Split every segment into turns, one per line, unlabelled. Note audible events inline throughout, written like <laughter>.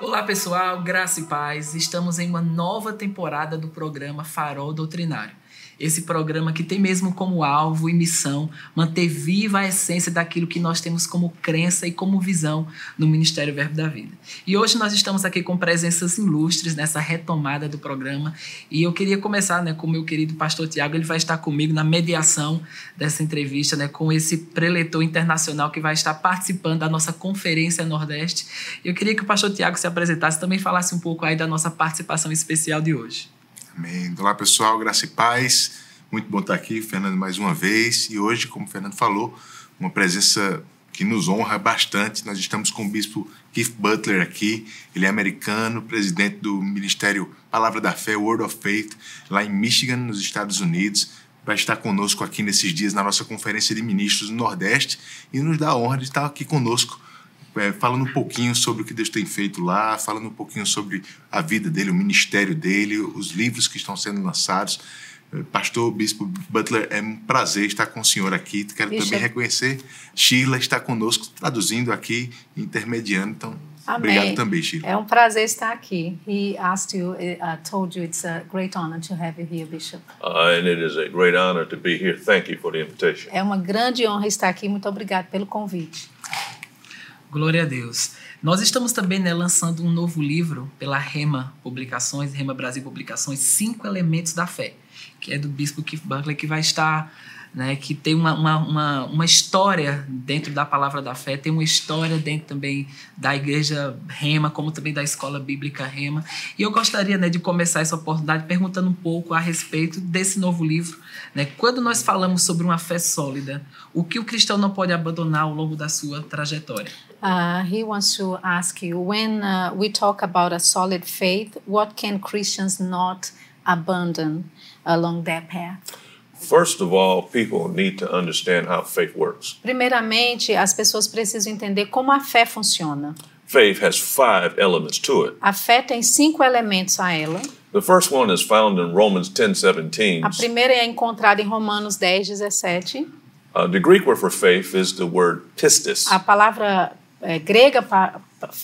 Olá pessoal, graça e paz. Estamos em uma nova temporada do programa Farol Doutrinário. Esse programa que tem mesmo como alvo e missão manter viva a essência daquilo que nós temos como crença e como visão no Ministério Verbo da Vida. E hoje nós estamos aqui com presenças ilustres nessa retomada do programa. E eu queria começar né, com o meu querido pastor Tiago, ele vai estar comigo na mediação dessa entrevista, né, com esse preletor internacional que vai estar participando da nossa Conferência Nordeste. Eu queria que o pastor Tiago se apresentasse e também falasse um pouco aí da nossa participação especial de hoje.
Amém. Então, Olá, pessoal. Graça e paz. Muito bom estar aqui, Fernando, mais uma vez. E hoje, como o Fernando falou, uma presença que nos honra bastante. Nós estamos com o bispo Keith Butler aqui. Ele é americano, presidente do Ministério Palavra da Fé, Word of Faith, lá em Michigan, nos Estados Unidos. Vai estar conosco aqui nesses dias na nossa Conferência de Ministros do Nordeste e nos dá a honra de estar aqui conosco é, falando um pouquinho sobre o que Deus tem feito lá, falando um pouquinho sobre a vida dele, o ministério dele, os livros que estão sendo lançados. É, Pastor Bispo Butler, é um prazer estar com o senhor aqui. Quero
Ixi.
também reconhecer, Sheila está conosco, traduzindo aqui, intermediando. Então,
Amém.
obrigado também, Sheila.
É um prazer estar aqui. He asked you, uh, told you it's a great honor to have you here, Bishop.
Uh, and it is a great honor to be here. Thank you for the invitation.
É uma grande honra estar aqui. Muito obrigado pelo convite.
Glória a Deus. Nós estamos também né, lançando um novo livro pela Rema Publicações, Rema Brasil Publicações, Cinco Elementos da Fé, que é do Bispo Keith Buckley, que vai estar, né, que tem uma, uma, uma, uma história dentro da Palavra da Fé, tem uma história dentro também da Igreja Rema, como também da Escola Bíblica Rema. E eu gostaria né, de começar essa oportunidade perguntando um pouco a respeito desse novo livro. né? Quando nós falamos sobre uma fé sólida, o que o cristão não pode abandonar ao longo da sua trajetória?
Uh, he wants to ask you when uh, we talk about a solid faith, what can Christians not abandon along their path?
First of all, people need to understand how faith works.
Primeiramente, as pessoas precisam entender como a fé funciona.
Faith has five elements to it.
A fé tem cinco elementos a ela.
The first one is found in Romans 10 17.
A primeira é encontrada em Romanos 10, 17.
Uh, the Greek word for faith is the word pistis.
A palavra eh, grega pa-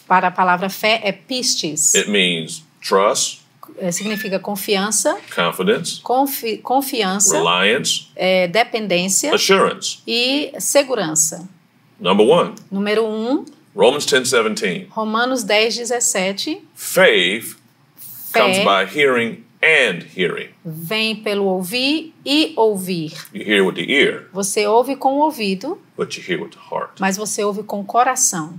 para a palavra fé é pistis.
It means trust,
Eh, significa confiança,
confidence,
confi- confiança,
reliance,
eh, dependência
assurance.
e segurança.
Number one,
Número 1,
Romans 10 17.
Romanos 10, 17.
Faith comes
Fé
by hearing and hearing.
vem pelo ouvir e ouvir.
You hear with the ear,
Você ouve com o ouvido,
but you hear with the heart.
mas você ouve com o coração.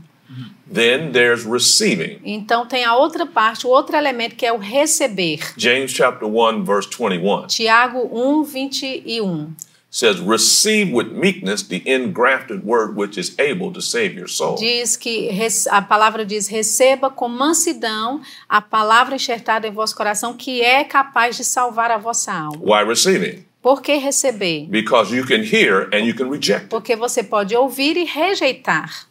Then there's receiving.
Então tem a outra parte, o outro elemento que é o receber.
James chapter 1 verse 21
Tiago 1, 21.
says, "Receive with meekness the engrafted word which is able to save your soul."
Diz que rec- a palavra diz: receba com mansidão a palavra enxertada em vosso coração, que é capaz de salvar a vossa alma.
Why receiving?
Por que receber?
Because you can hear and you can reject. it.
Porque você pode ouvir e rejeitar.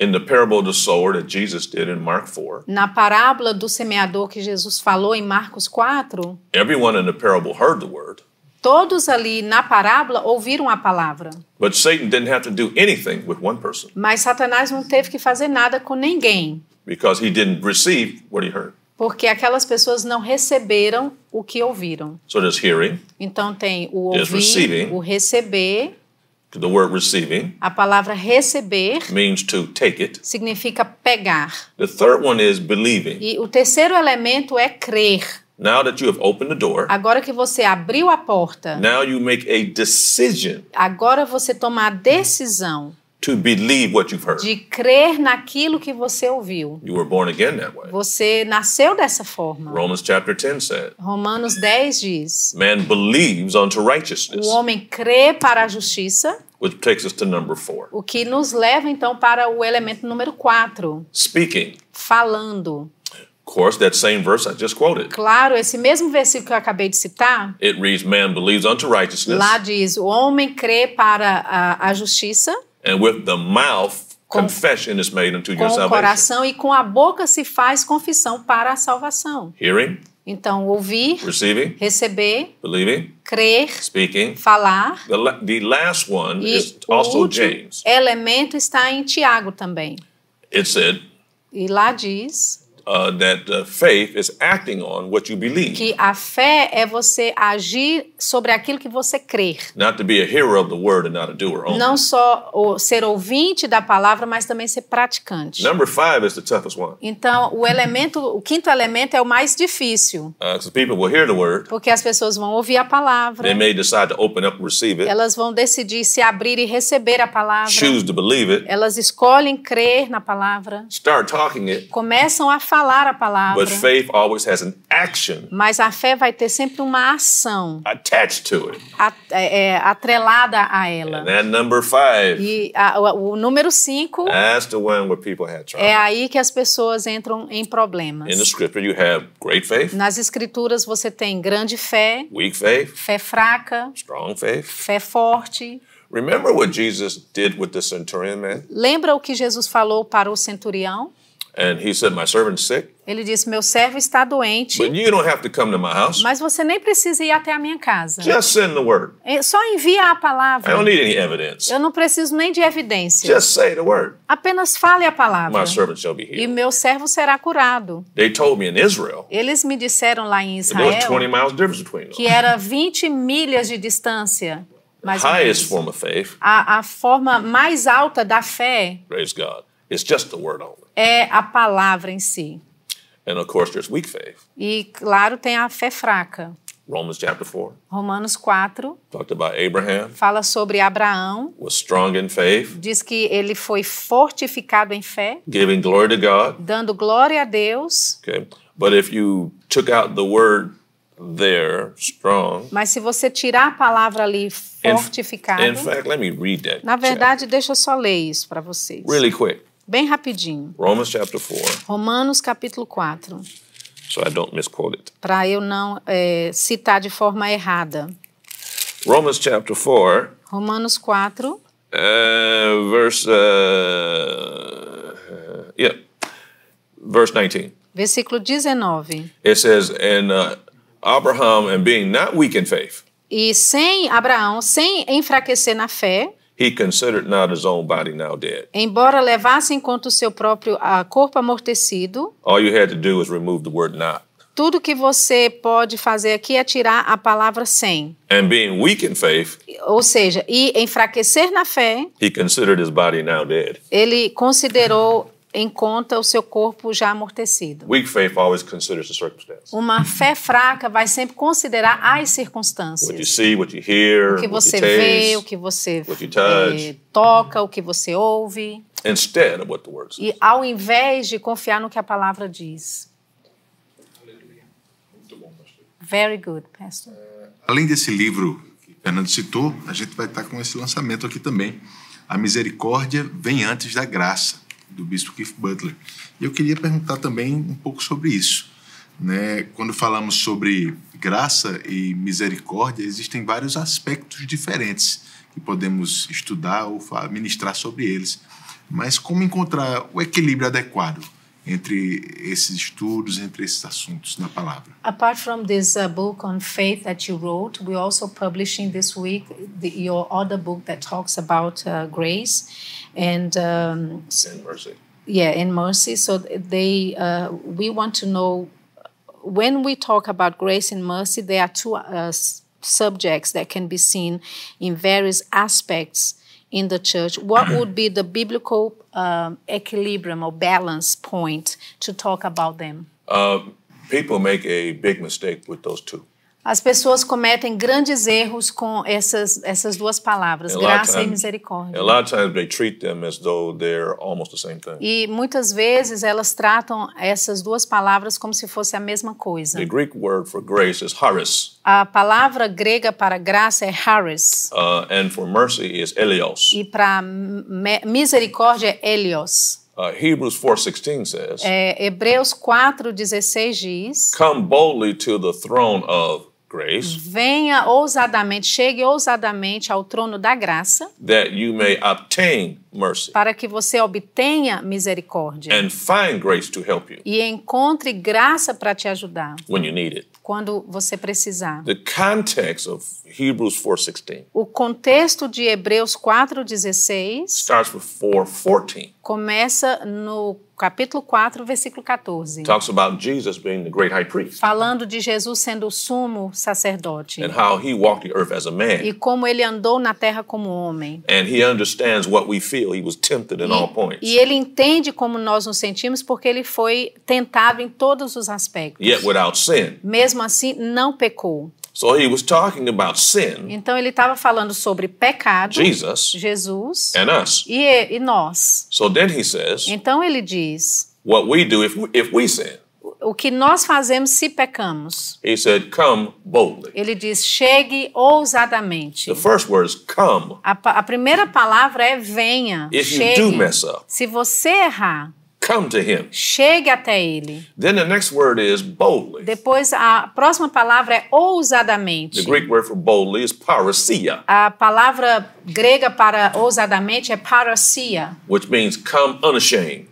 In the parable of the sower that Jesus did in Mark 4,
Na parábola do semeador que Jesus falou em Marcos 4,
everyone in the parable heard the word,
todos ali na parábola ouviram a palavra.
but Satan didn't have to do anything with one person
Mas Satanás não teve que fazer nada com ninguém,
because he didn't receive what he heard.
porque aquelas pessoas não receberam o que ouviram.
So there's hearing,
Então tem o
There's
ouvir,
receiving.
o receber,
the word receiving
a palavra receber
means to take it.
significa pegar.
The third one is believing.
E o terceiro elemento é crer.
Now that you have opened the door,
Agora que você abriu a porta,
now you make a decision
agora você toma a decisão
to believe what you've heard.
de crer naquilo que você ouviu.
You were born again that way.
Você nasceu dessa forma.
Romans chapter 10 said,
Romanos 10 diz:
Man believes unto righteousness,
O homem crê para a justiça,
which takes us to number four.
o que nos leva então para o elemento número 4,
Speaking.
falando.
Of course, that same verse I just quoted.
Claro, esse mesmo versículo que eu acabei de citar,
It reads, Man believes unto righteousness,
lá diz: O homem crê para a, a justiça,
and with the mouth
Com-
confession is made unto
com
your
o
salvation.
coração e com a boca se faz confissão para a salvação.
Hearing,
Então, ouvir,
receiving,
receber,
believing,
crer,
speaking.
falar.
The, la- the last one
E
is
o
also
último
James.
elemento está em Tiago também.
It said,
E lá diz:
uh, that uh, faith is acting on what you believe.
Que a fé é você agir sobre aquilo que você crer.
Not to be a hearer of the word and not a doer only.
Não só o- ser ouvinte da palavra, mas também ser praticante.
Number five is the toughest one.
Então, o elemento, o quinto elemento é o mais difícil,
Because Uh, people will hear the word,
porque as pessoas vão ouvir a palavra,
they may decide to open up and receive it,
elas vão decidir se abrir e receber a palavra,
choose to believe it,
elas escolhem crer na palavra,
start talking it,
começam a falar a palavra,
but faith always has an action
mas a fé vai ter sempre uma ação
attached to it.
a- é, é, atrelada a ela.
And that number five,
E a- o, o número cinco
that's the one where people had
é
trouble.
aí que as pessoas entram em
In the
problemas.
scripture, you have great faith,
Nas escrituras você tem grande fé,
weak faith,
fé fraca,
strong faith.
fé forte.
Remember what Jesus did with the centurion man?
Lembra o que Jesus falou para o centurião?
And he said, My servant's sick,
Ele disse: Meu servo está doente,
but you don't have to come to my house.
mas você nem precisa ir até a minha casa.
Just send the word.
É, Só envia a
I
palavra.
don't need any evidence.
Eu não preciso nem de evidência.
Just say the word.
Apenas fale a palavra.
My servant shall be
E
healed.
meu servo será curado.
They told me in Israel,
Eles me disseram lá em
there was 20
Israel
miles difference between
que
them.
era 20 milhas de distância. Mais ou menos.
Highest form of faith,
A, a forma mais alta da fé
praise God, is just the word only.
é a palavra em si.
And of course, there's weak faith.
E, claro, tem a fé fraca.
Romans chapter 4
Romanos 4
talked about Abraham
fala sobre Abraão,
was strong in faith,
diz que ele foi fortificado em fé,
giving glory to God.
dando glória a Deus.
Okay. But if you took out the word there, strong,
Mas se você tirar a palavra ali,
in-
fortificado.
In fact, let me read that.
na
chapter
verdade, deixa eu só ler isso para vocês.
really quick.
Bem rapidinho.
Romans chapter 4,
Romanos capítulo 4,
so I don't misquote it.
para eu não eh, citar de forma errada.
Romans chapter 4,
Romanos 4,
Uh, verse uh, yeah verse 19
versículo 19.
it says and uh, abraham and being not weak in faith
E sem Abraão, sem enfraquecer na fé,
he considered not his own body now dead
embora levasse em conta o seu próprio ah, corpo amortecido,
all you had to do was remove the word not
tudo que você pode fazer aqui é tirar a palavra sem.
and being weak in faith
Ou seja, e enfraquecer na fé,
he considered his body now dead
ele considerou em conta o seu corpo já amortecido.
weak faith always considers the circumstance
Uma fé fraca vai sempre considerar as
what you
circunstâncias.
see what you hear
O que
what you
você vê, o
taste
que você
what you touch.
eh, toca, o que você ouve.
instead of what the word says
E ao invés de confiar no que a palavra diz. Very good, pastor.
Além desse livro que o Fernando citou, a gente vai estar com esse lançamento aqui também. A Misericórdia Vem Antes da Graça, do Bispo Keith Butler. E eu queria perguntar também um pouco sobre isso. Né? Quando falamos sobre graça e misericórdia, existem vários aspectos diferentes que podemos estudar ou fa- ministrar sobre eles. Mas como encontrar o equilíbrio adequado entre esses estudos, entre esses assuntos na palavra?
Apart from this uh, book on faith that you wrote, we're also publishing this week the, your other book that talks about uh, grace and um, s-
and mercy
yeah, and mercy. So th- they, uh, we want to know when we talk about grace and mercy, there are two uh, s- subjects that can be seen in various aspects in the church. What would be the biblical um, equilibrium or balance point to talk about them?
people make a big mistake with those two
As pessoas cometem grandes erros com essas, essas duas palavras,
A lot of
graça e
time-
misericórdia.
A lot of times they treat them as though they're almost the same thing.
E muitas vezes elas tratam essas duas palavras como se fosse a mesma coisa.
The Greek word for grace is charis,
A palavra grega para graça é charis
uh, and for mercy is elios.
e para me- misericórdia é helios.
Uh, Hebrews 4.16 says,
É, Hebreus 4,16 diz:
Come boldly to the throne of grace,
Venha ousadamente, chegue ousadamente ao trono da graça,
that you may obtain mercy
para que você obtenha misericórdia
and find grace to help you
e encontre graça para te ajudar
when you need it.
quando você precisar.
The context of Hebrews 4.16
O contexto de Hebreus 4,16
starts with 4.14.
começa no capítulo 4, versículo 14.
talks about Jesus being the great high priest
Falando de Jesus sendo o sumo sacerdote
and how he walked the earth as a
e
man.
como ele andou na terra como homem.
And he understands what we feel. He was tempted in all points.
E ele entende como nós nos sentimos porque ele foi tentado em todos os aspectos.
Yet without sin.
Mesmo assim, não pecou.
So he was talking about sin,
Então ele estava falando sobre pecado,
Jesus,
Jesus
and us.
e, e nós.
So then he says,
Então ele diz:
what we do if we, if we sin.
o que nós fazemos se pecamos?
He said, come boldly.
Ele diz: chegue ousadamente.
The first word is come.
A, pa- a primeira palavra é venha.
If you
chegue.
do mess up,
Se você errar,
come to him.
chegue até ele.
Then the next word is boldly.
Depois, a próxima palavra é ousadamente.
The Greek word for boldly is parousia,
A palavra grega para ousadamente é parousia,
which means come unashamed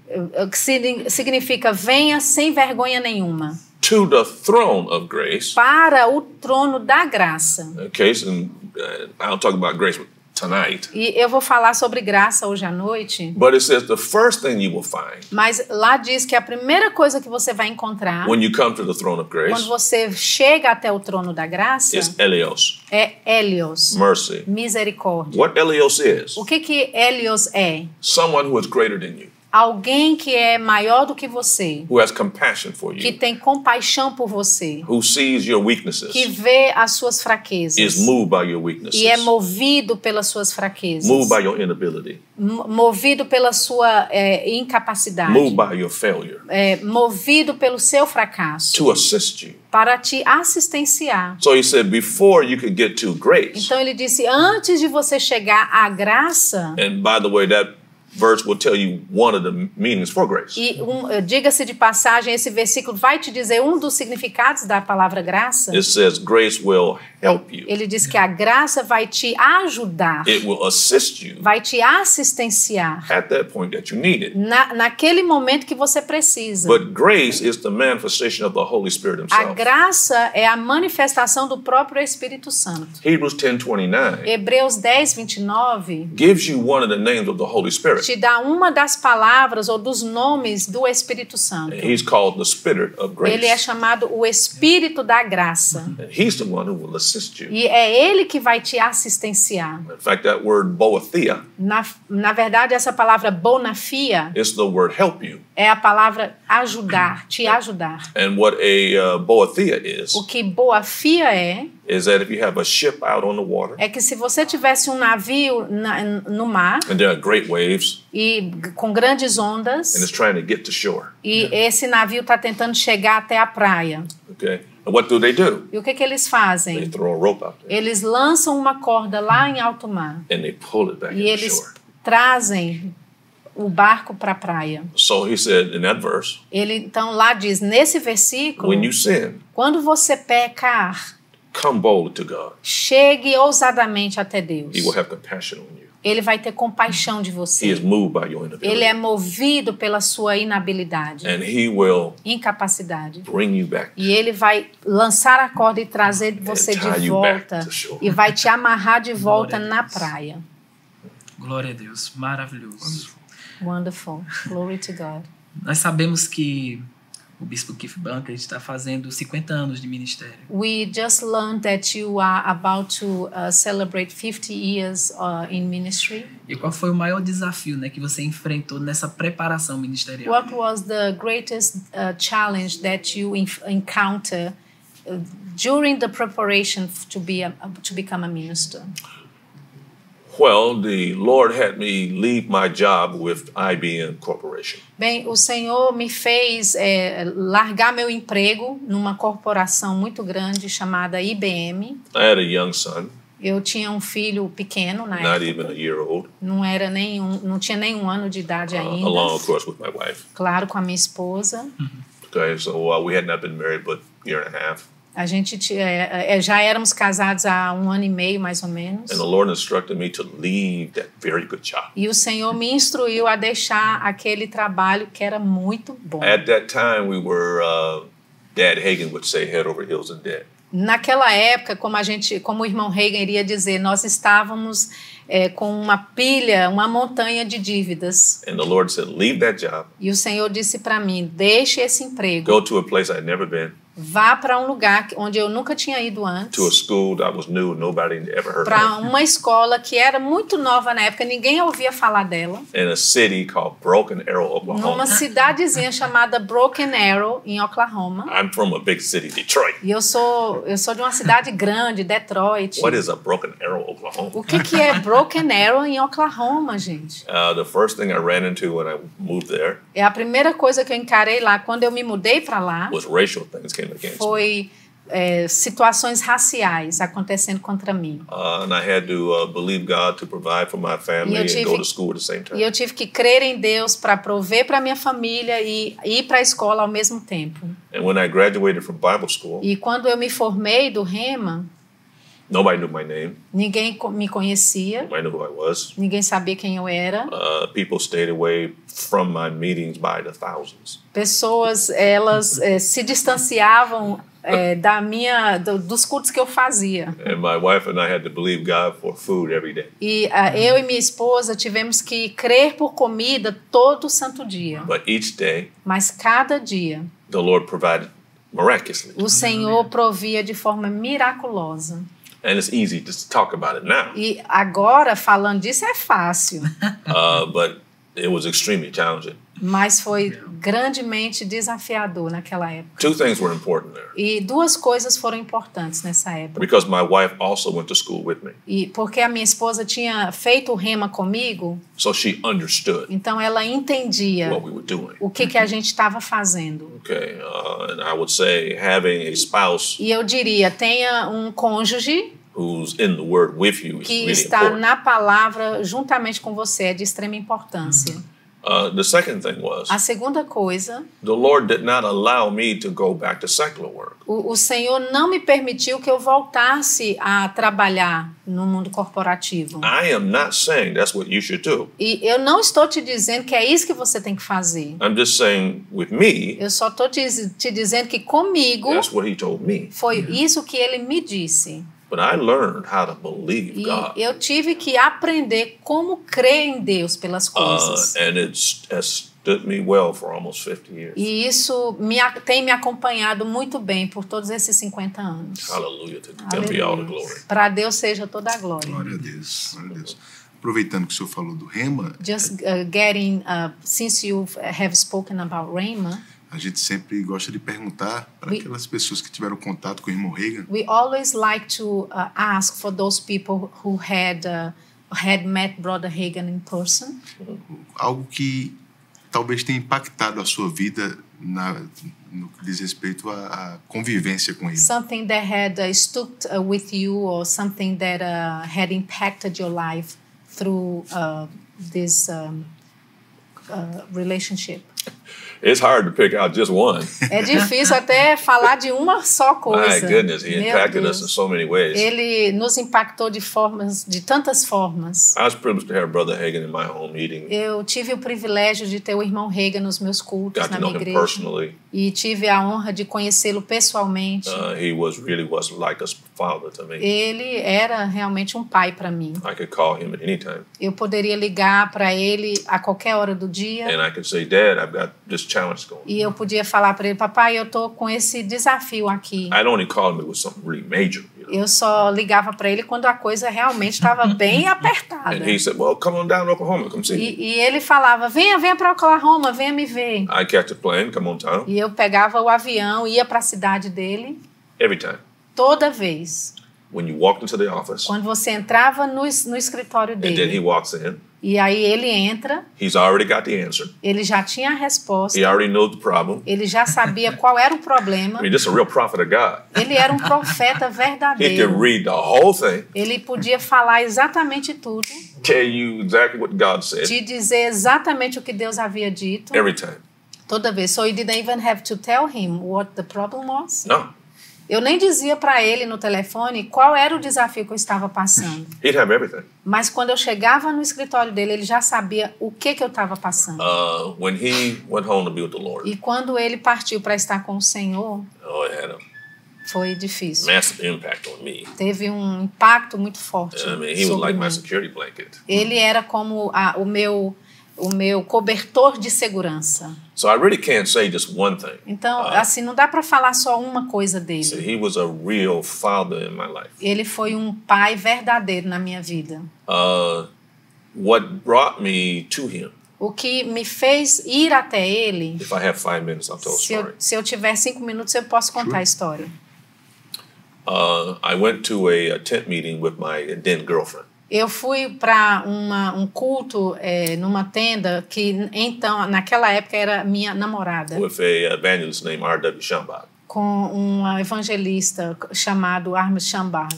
que signi- significa venha sem vergonha nenhuma.
to the throne of grace.
Para o trono da graça.
Okay, so, uh, I'll talk about grace tonight.
E eu vou falar sobre graça hoje à noite,
But it says the first thing you will find
mas lá diz que a primeira coisa que você vai encontrar
when you come to the throne of
quando
grace
você chega até o trono da graça
is Elios,
é Helios,
mercy.
misericórdia.
What Elios is?
O que que Helios é?
Someone who is greater than you,
Alguém que é maior do que você,
who has compassion for
que
you,
tem compaixão por você,
who sees your
que
weaknesses,
vê as suas fraquezas
is moved by
e é
your weaknesses,
movido pelas suas fraquezas,
moved by your inability,
mo- movido pela sua é, incapacidade,
moved by your failure
é, movido pelo seu fracasso,
to assist you.
para te assistenciar.
So he said, before you could get to grace,
Então ele disse: antes de você chegar à graça,
and by the way, that verse will tell you one of the meanings for grace.
e um, eh, diga-se de passagem, esse versículo vai te dizer um dos significados da palavra graça.
It says, grace will help you,
Ele diz que a graça vai te ajudar,
it will assist you
vai te assistenciar
at that point that you need it.
na, naquele momento que você precisa.
But grace is the manifestation of the Holy Spirit
A
Himself.
graça é a manifestação do próprio Espírito Santo.
Hebrews 10:29
Hebreus 10, 29
gives you one of the names of the Holy Spirit.
te dá uma das palavras ou dos nomes do Espírito Santo.
And he's called the Spirit of
Ele é
grace.
chamado o Espírito da Graça.
And he's the one who will assist you.
E é ele que vai te assistenciar.
In fact, that word boethia
Na, na verdade, essa palavra bonafia
is the word help you.
é a palavra ajudar, te ajudar.
And what a uh, boethia is,
O que boa fia é,
is that if you have a ship out on the water
é que se você tivesse um navio na- no mar
and there are great waves
e com grandes
and it's
ondas
trying to get to shore,
e esse navio está tentando chegar até a praia,
okay? And what do they do?
e o que, que eles
They
fazem?
throw a rope out there
Eles lançam uma corda lá em alto mar
and they pull it back
e
into
eles
shore.
trazem o barco para a praia.
So he said in that verse,
Ele então lá diz nesse versículo,
when you sin,
quando você pecar,
come boldly to God.
chegue ousadamente até Deus.
He will have compassion on you.
Ele vai ter compaixão de
He is
você.
moved by your
Ele é
inability.
movido pela sua inabilidade,
And he will
incapacidade.
bring you back
E ele vai lançar a corda e trazer você
And tie
de
you
volta
back to shore.
e vai te amarrar de volta
Glória a
na
Deus.
praia.
Glória a Deus, maravilhoso.
Wonderful. Glory to God.
Nós sabemos que o Bispo Keith Bunker está fazendo 50 anos de ministério.
We just learned that you are about to uh, celebrate 50 years uh, in ministry.
E qual foi o maior desafio né, que você enfrentou nessa preparação ministerial?
What was the greatest uh, challenge that you inf- encounter uh, during the preparation f- to be a, to become a minister?
Well, the Lord had me leave my job with IBM Corporation.
Bem, o Senhor me fez eh, largar meu emprego numa corporação muito grande chamada IBM.
I had a young son,
Eu tinha um filho pequeno na
not
época,
even a year old,
não era nenhum, não tinha nem um ano de idade
uh,
ainda.
along, of course, with my wife.
Claro, com a minha esposa.
Okay, so uh, we had not been married but a year and a half.
A gente ti- eh, eh, já éramos casados há um ano e meio, mais ou menos.
And the Lord instructed me to leave that very good job.
E o Senhor me instruiu a deixar aquele trabalho que era muito bom.
At that time, we were, uh, Dad Hagen would say, head over heels in debt.
Naquela época, como a gente, como o irmão Reagan iria dizer, nós estávamos eh, com uma pilha, uma montanha de dívidas.
And the Lord said, Leave that job,
E o Senhor disse para mim: deixe esse emprego,
go to a place I'd never been,
vá para um lugar que- onde eu nunca tinha ido
to a
antes,
school that was new, nobody had ever heard
para
of,
uma escola que era muito nova na época, ninguém ouvia falar dela,
in a city called Broken Arrow,
numa
Oklahoma.
cidadezinha chamada Broken Arrow, em Oklahoma.
I'm from a big city, Detroit.
E eu sou, eu sou de uma cidade grande, Detroit.
What is a Broken Arrow, Oklahoma?
O que, que é Broken Arrow em Oklahoma, gente?
Uh, the first thing I ran into when I moved there
É a primeira coisa que eu encarei lá quando eu me mudei para lá
was racial things came against me.
foi é, situações raciais acontecendo contra mim.
Uh, and I had to uh, believe God to provide for my family
E eu
and
tive-
go to school at the same time.
E eu tive que crer em Deus para prover para minha família e ir para a escola ao mesmo tempo.
And when I graduated from Bible school,
E quando eu me formei do Rema,
nobody knew my name.
ninguém co- me conhecia,
Nobody knew who I was.
ninguém sabia quem eu era.
Uh, people stayed away from my meetings by the thousands.
Pessoas, elas é, se distanciavam é, da minha, do- dos cultos que eu fazia.
And my wife and I had to believe God for food every day.
E ah, eu e minha esposa tivemos que crer por comida todo santo dia.
But each day,
Mas cada dia
the Lord provided miraculously.
o Senhor provia de forma miraculosa.
And it's easy to talk about it now,
E agora, falando disso, é fácil,
uh, but it was extremely challenging.
mas foi grandemente desafiador naquela época.
Two things were important there
E duas coisas foram importantes nessa época.
because my wife also went to school with me.
E porque a minha esposa tinha feito o rema comigo,
So she understood
então ela entendia
what we were doing.
o que, que a gente estava fazendo.
Okay, uh, and I would say having a spouse
E eu diria: tenha um cônjuge
who's in the Word with you is
que
really
está
important.
na palavra juntamente com você é de extrema importância.
Uh, the second thing was
A segunda coisa,
the Lord did not allow me to go back to secular work.
o, o Senhor não me permitiu que eu voltasse a trabalhar no mundo corporativo.
I am not saying that's what you should do.
E eu não estou te dizendo que é isso que você tem que fazer.
I'm just saying with me,
Eu só estou te, te dizendo que comigo
that's what He told me.
foi isso que ele me disse.
But I learned how to believe
E
God,
eu tive que aprender como crer em Deus pelas
uh,
coisas.
and it's has stood me well for almost 50 years.
E isso me, a- tem me acompanhado muito bem por todos esses 50 anos.
Hallelujah! To Him be all the glory.
Para Deus seja toda a glória.
Glória a Deus. Glória a Deus. Aproveitando que o senhor falou do Rema,
Just uh, getting, uh, since you have spoken about Rhema,
a gente sempre gosta de perguntar para
We-
aquelas pessoas que tiveram contato com o irmão Reagan
we always like to uh, ask for those people who had uh, had met Brother Hagen in person,
algo que talvez tenha impactado a sua vida na, no que diz respeito à, à convivência com ele.
something that had uh, stuck uh, with you or something that uh, had impacted your life through uh, this um, uh, relationship.
It's hard to pick out just one. <laughs>
É difícil até falar de uma só
My
coisa.
goodness, He
Meu
impacted us
Deus.
in so many ways.
Ele nos impactou de formas, de tantas formas.
I was privileged to have Brother Hagan in my home meeting.
Eu tive o privilégio de ter o irmão Rega nos meus cultos
Got
na
to know
minha
him
igreja
personally.
e tive a honra de conhecê-lo pessoalmente.
Uh, he was really was like a father to me.
Ele era realmente um pai para mim.
I could call him at any time,
Eu poderia ligar para ele a qualquer hora do dia
and I could say, "Dad, I've got this challenge going."
e eu podia falar para ele: "Papai, eu tô com esse desafio aqui".
I'd only call him if it was something really major, you know.
Eu só ligava para ele quando a coisa realmente estava
<laughs> É
bem apertada.
And he said, "Well, come on down to Oklahoma, come see." me."
E, e ele falava: venha, venha para Oklahoma, venha me ver.
I catch a plane, come on down
E eu pegava o avião, ia para a cidade dele.
every time.
Toda vez.
When you walked into the office,
Quando você entrava no, es- no escritório
and then he
dele.
walks in,
E aí ele entra,
he's already got the answer.
ele já tinha a resposta,
He already knows the problem.
ele já sabia qual era o problema.
I mean, this is a real prophet of God.
Ele era um profeta
He could
verdadeiro.
read the whole thing,
Ele podia falar exatamente tudo,
tell you exactly what God said
te dizer exatamente o que Deus havia dito.
every time.
Toda vez. So you didn't even have to tell him what the problem was.
No,
Eu nem dizia para ele no telefone qual era o desafio que eu estava passando.
he'd have everything.
Mas quando eu chegava no escritório dele, ele já sabia o que, que eu estava passando.
Uh, when he went home to be with the Lord,
E quando ele partiu para estar com o Senhor,
oh, it had a
Foi difícil.
Massive impact on me.
Teve um impacto muito forte.
I mean, he was
sobre
É, like
mim.
my security blanket.
Ele era como a- o meu o meu cobertor de segurança.
So I really can't say just one thing.
Então, assim, não dá para falar só uma coisa dele.
So he was a real father in my life.
Ele foi um pai verdadeiro na minha vida.
Uh, what brought me to him?
O que me fez ir até ele.
If I have five minutes, I'll tell a
Se
story.
eu, se eu tiver cinco minutos, eu posso contar a história.
Uh, I went to a, a tent meeting with my then girlfriend.
Eu fui para um culto eh, numa tenda que, então, naquela época era minha namorada,
with a evangelist named R.W. Shambach.
com um evangelista chamado Armin Chambargo.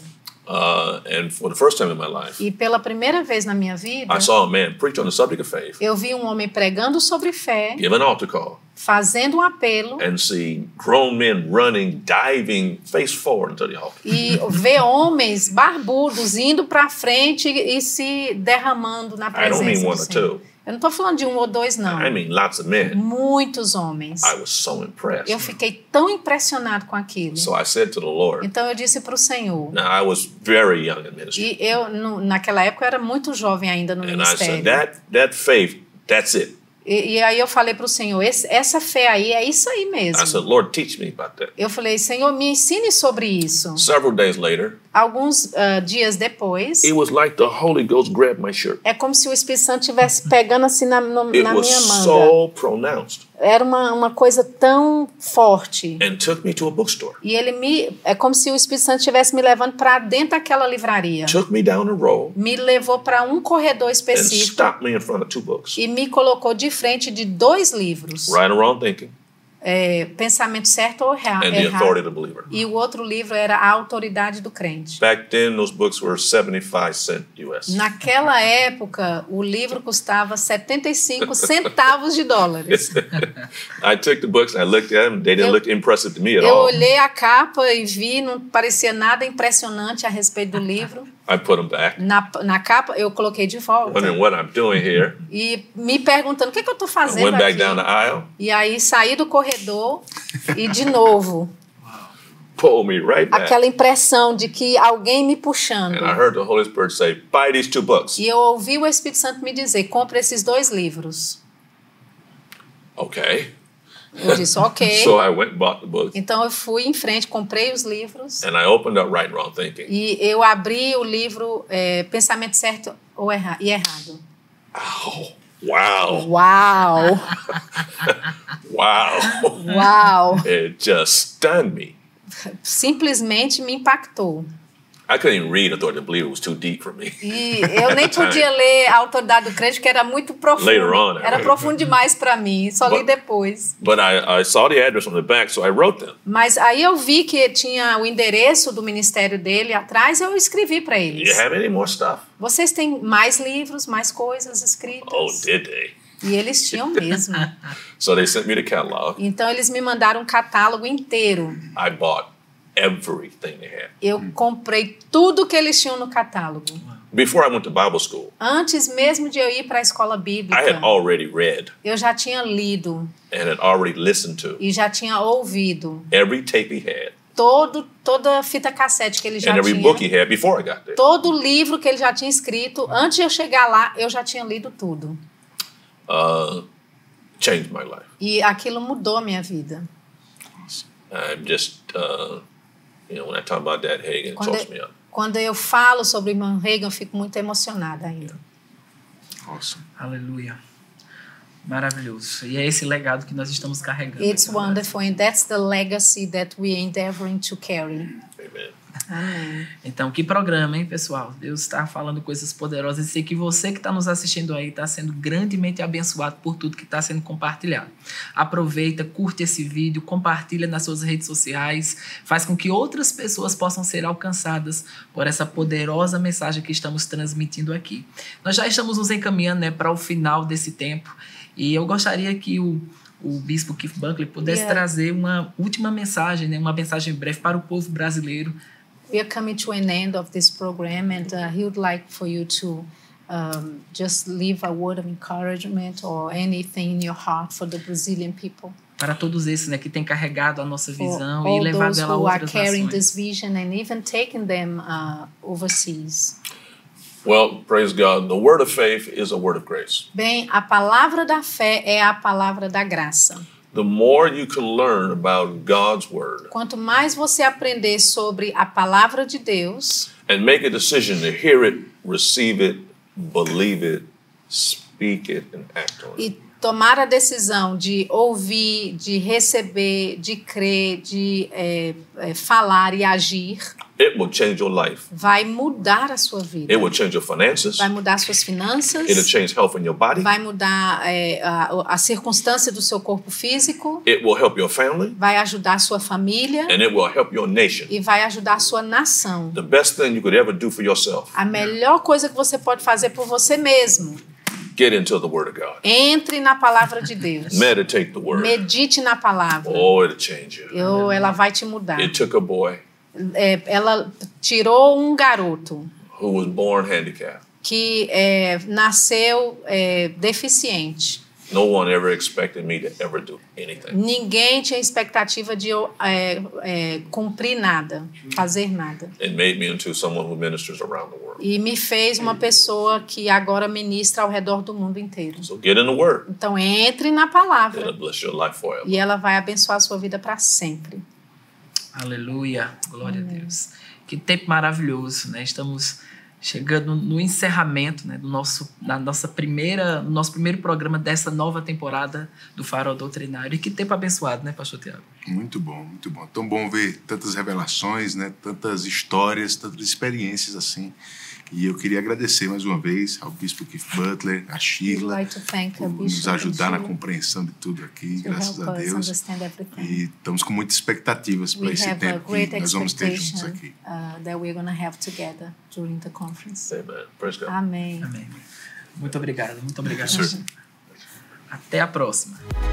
Uh, and for the first time in my life,
E pela primeira vez na minha vida,
I saw a man preach on the subject of faith,
eu vi um homem pregando sobre fé,
give an altar call,
fazendo um apelo
and see grown men running, diving face forward into the altar.
e ver homens barbudos indo para frente e se derramando na
I don't
presença
mean one
do
or
Senhor.
two.
Eu não estou falando de um ou dois, não.
I mean lots of men.
Muitos homens.
I was so impressed.
Eu fiquei tão impressionado com aquilo.
So I said to the Lord,
Então eu disse para o Senhor.
now I was very young in ministry,
E eu, no- naquela época, eu era muito jovem ainda no
and I said,
ministério.
that, that faith, that's it.
E, e aí eu falei para o Senhor: "Esse- essa fé aí é isso aí
I said,
mesmo.
Lord, teach me about that.
Eu falei: Senhor, me ensine sobre isso.
Several days later,
Alguns ah, dias depois,
it was like the Holy Ghost grabbed my shirt.
é como se o Espírito Santo estivesse pegando assim na, no-
It
na
was
minha manga.
so pronounced
Era uma, uma coisa tão forte.
and took me to a bookstore.
E ele me. É como se o Espírito Santo estivesse me levando para dentro daquela livraria.
took me down a row
Me levou para um corredor
and
específico
stopped me in front of two books.
e me colocou de frente de dois livros:
Right or wrong thinking
É, Pensamento Certo ou Erra-
and the
Errado.
authority of the believer.
E o outro livro era A Autoridade do Crente.
Back then, those books were 75 cent US.
Naquela época, o livro custava 75 centavos de dólares.
<laughs> I took the books and I looked at them. They didn't
Eu-
look impressive to me at
Eu
all.
olhei a capa e vi, não parecia nada impressionante a respeito do livro.
I put them back,
Na, na capa, eu coloquei de volta.
wondering what I'm doing here.
E me perguntando, o que, que eu estou
I
fazendo
went back
aqui?
down the aisle,
E aí saí do corredor e de novo,
pulled me right back.
aquela impressão de que alguém me puxando.
And É. I heard the Holy Spirit say, Buy these two books.
E eu ouvi o Espírito Santo me dizer, compra esses dois livros.
Okay.
Eu disse,
<laughs>
ok.
So I went and bought the books.
Então eu fui em frente, comprei os livros
And I opened up Right and Wrong Thinking.
e eu abri o livro é, Pensamento Certo ou Erra- e Errado.
Ow. Wow.
Uau!
Wow. <laughs>
Uau!
it just stunned me.
Simplesmente me impactou.
I couldn't even read. I thought the believer was too deep for me. <laughs>
E eu nem podia ler a autoridade do crente, que era muito profundo.
Later on,
era
I-
profundo demais para mim, só li
But-
depois.
But I, I saw the address on the back, so I wrote them.
Mas aí eu vi que tinha o endereço do ministério dele atrás, eu escrevi para
Do
eles.
you have any more stuff?
Vocês têm mais livros, mais coisas escritas?
Oh, did they?
E eles tinham mesmo.
So they sent me the catalog.
Então eles me mandaram um catálogo inteiro.
I bought everything they had.
Eu comprei tudo que eles tinham no catálogo.
Before I went to Bible school,
Antes mesmo de eu ir para a escola
I had
bíblica,
already read
eu já tinha lido
and had already listened to
e já tinha ouvido
every tape he had
todo toda a fita cassete que ele já
and every book he
tinha.
had before I got there.
Todo o livro que ele já tinha escrito, antes de eu chegar lá, eu já tinha lido tudo.
Uh, changed my life.
E aquilo mudou a minha vida.
I'm just, uh, you know, when I talk about that, Hagen it
Quando
talks me
eu,
up.
quando eu falo sobre o irmão Reagan, eu fico muito emocionada ainda.
Awesome.
Aleluia. Maravilhoso. E é esse legado que nós estamos carregando.
It's wonderful and that's the legacy that we are endeavoring to carry.
Amen.
Amém.
Então, que programa, hein, pessoal? Deus está falando coisas poderosas. E sei que você que está nos assistindo aí está sendo grandemente abençoado por tudo que está sendo compartilhado. Aproveita, curte esse vídeo, compartilha nas suas redes sociais, faz com que outras pessoas possam ser alcançadas por essa poderosa mensagem que estamos transmitindo aqui. Nós já estamos nos encaminhando né, para o final desse tempo e eu gostaria que o, o bispo Keith Buckley pudesse
Yeah.
trazer uma última mensagem, né, uma mensagem breve para o povo brasileiro.
We are coming to an end of this program and uh, he would like for you to um, just leave a word of encouragement or anything in your heart for the Brazilian people.
para todos esses né, que têm carregado a nossa
for
visão e
all
levado
those
ela a
who are
outras
carrying
nações.
this vision and even taking them uh, overseas.
Well, praise God. The word of faith is a word of grace.
Bem, a palavra da fé é a palavra da graça.
The more you can learn about God's word
Quanto mais você aprender sobre a palavra de Deus
and make a decision to hear it, receive it, believe it, speak it, and act on it.
e tomar a decisão de ouvir, de receber, de crer, de eh, eh, falar e agir,
It will change your life.
vai mudar a sua vida.
It will change your finances.
Vai mudar suas
It'll
finanças,
change health in your body.
vai mudar eh, a, a circunstância do seu corpo físico,
It will help your family
vai ajudar a sua família
and it will help your nation.
e vai ajudar a sua nação.
The best thing you could ever do for yourself,
A melhor coisa que você pode fazer por você mesmo,
get into the Word of God.
entre na palavra de Deus.
Meditate the Word.
Medite na palavra.
Oh, it'll change you.
Eu, ela vai te mudar.
It took a boy
É, ela tirou um garoto
who was born handicapped.
que é, nasceu é, deficiente.
No one ever expected me to ever do anything.
Ninguém tinha expectativa de eu é, é, cumprir nada, fazer nada.
It made me into someone who ministers around the world.
E me fez uma pessoa que agora ministra ao redor do mundo inteiro.
So get in the Word.
Então entre na
It'll
palavra
bless your life forever.
e ela vai abençoar a sua vida para sempre.
Aleluia, glória a Deus. Que tempo maravilhoso, né? Estamos chegando no encerramento, né, do nosso da nossa primeira, do nosso primeiro programa dessa nova temporada do Farol Doutrinário. E que tempo abençoado, né, pastor Tiago?
Muito bom, muito bom. Tão bom ver tantas revelações, né? tantas histórias, tantas experiências assim. E eu queria agradecer mais uma vez ao Bispo Keith Butler, à
We'd
Sheila,
like to thank
por
the
nos
bishop and
ajudar na
Sheila
compreensão de tudo aqui,
to
graças
help
a
us
Deus.
understand everything.
E estamos com muitas expectativas para
We
esse
have a
tempo que
great
nós vamos ter juntos aqui.
expectation uh, that we're going to have together during the conference.
Amen. Praise God.
Amém.
Amém. Muito obrigado, muito obrigado.
Sim.
Até a próxima.